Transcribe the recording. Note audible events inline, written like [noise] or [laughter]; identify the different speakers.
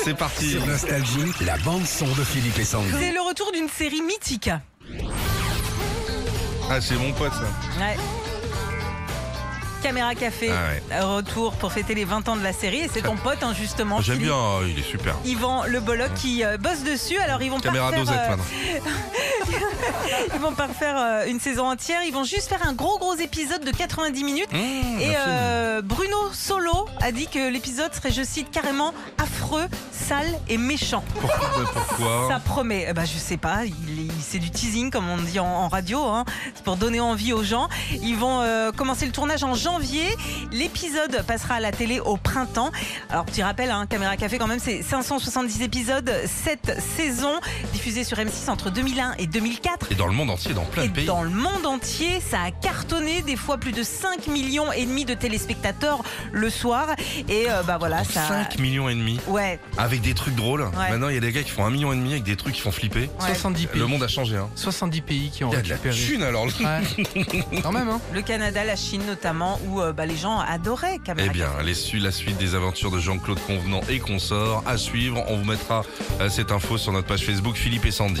Speaker 1: C'est parti.
Speaker 2: Sur Nostalgie, la bande son de Philippe et Sandy.
Speaker 3: C'est le retour d'une série mythique.
Speaker 1: Ah, c'est mon pote, ça.
Speaker 3: Ouais. Caméra Café, euh,
Speaker 1: Ah
Speaker 3: retour pour fêter les 20 ans de la série. Et c'est ton pote, hein, justement.
Speaker 1: J'aime
Speaker 3: Philippe.
Speaker 1: bien, euh, il est super.
Speaker 3: Yvan Le Bolloc qui euh, bosse dessus. Alors, ils vont
Speaker 1: Caméra
Speaker 3: pas
Speaker 1: dosette,
Speaker 3: faire, euh,
Speaker 1: maintenant.
Speaker 3: [laughs] ils vont pas faire euh, une saison entière. Ils vont juste faire un gros, gros épisode de 90 minutes.
Speaker 1: Mmh,
Speaker 3: Et
Speaker 1: merci.
Speaker 3: euh, Bruno Solo a dit que l'épisode serait, je cite, carrément affreux, sale et méchant.
Speaker 1: Pourquoi, euh, pourquoi
Speaker 3: Ça promet. Eh ben, je sais pas. il- il- c'est du teasing, comme on dit en, en radio. hein. C'est pour donner envie aux gens. Ils vont euh, commencer le tournage en janvier. L'épisode passera à la télé au printemps. Alors, petit rappel, hein, Caméra Café, quand même, c'est 570 épisodes, 7 saisons, diffusées sur M6 entre 2001 et 2004.
Speaker 1: Et dans le monde entier, dans plein
Speaker 3: Et
Speaker 1: de pays.
Speaker 3: dans le monde entier, ça a cartonné des fois plus de 5 millions et demi de téléspectateurs le soir. Et euh, bah voilà, ça.
Speaker 1: 5 millions et demi.
Speaker 3: Ouais,
Speaker 1: Avec des trucs drôles. Maintenant, il y a des gars qui font 1 million et demi avec des trucs qui font flipper.
Speaker 3: Ouais.
Speaker 4: 70 pays.
Speaker 1: Le monde a changé, hein.
Speaker 4: 70 pays qui ont
Speaker 1: Il y a de la
Speaker 4: récupéré.
Speaker 1: thune alors. le-
Speaker 4: Ouais. Quand même, hein.
Speaker 3: le Canada, la Chine notamment, où euh, bah, les gens adoraient Caméra
Speaker 1: [laughs] Eh
Speaker 3: Café.
Speaker 1: bien, les su- la suite des aventures de Jean-Claude Convenant et consorts à suivre. On vous mettra euh, cette info sur notre page Facebook Philippe et Sandy.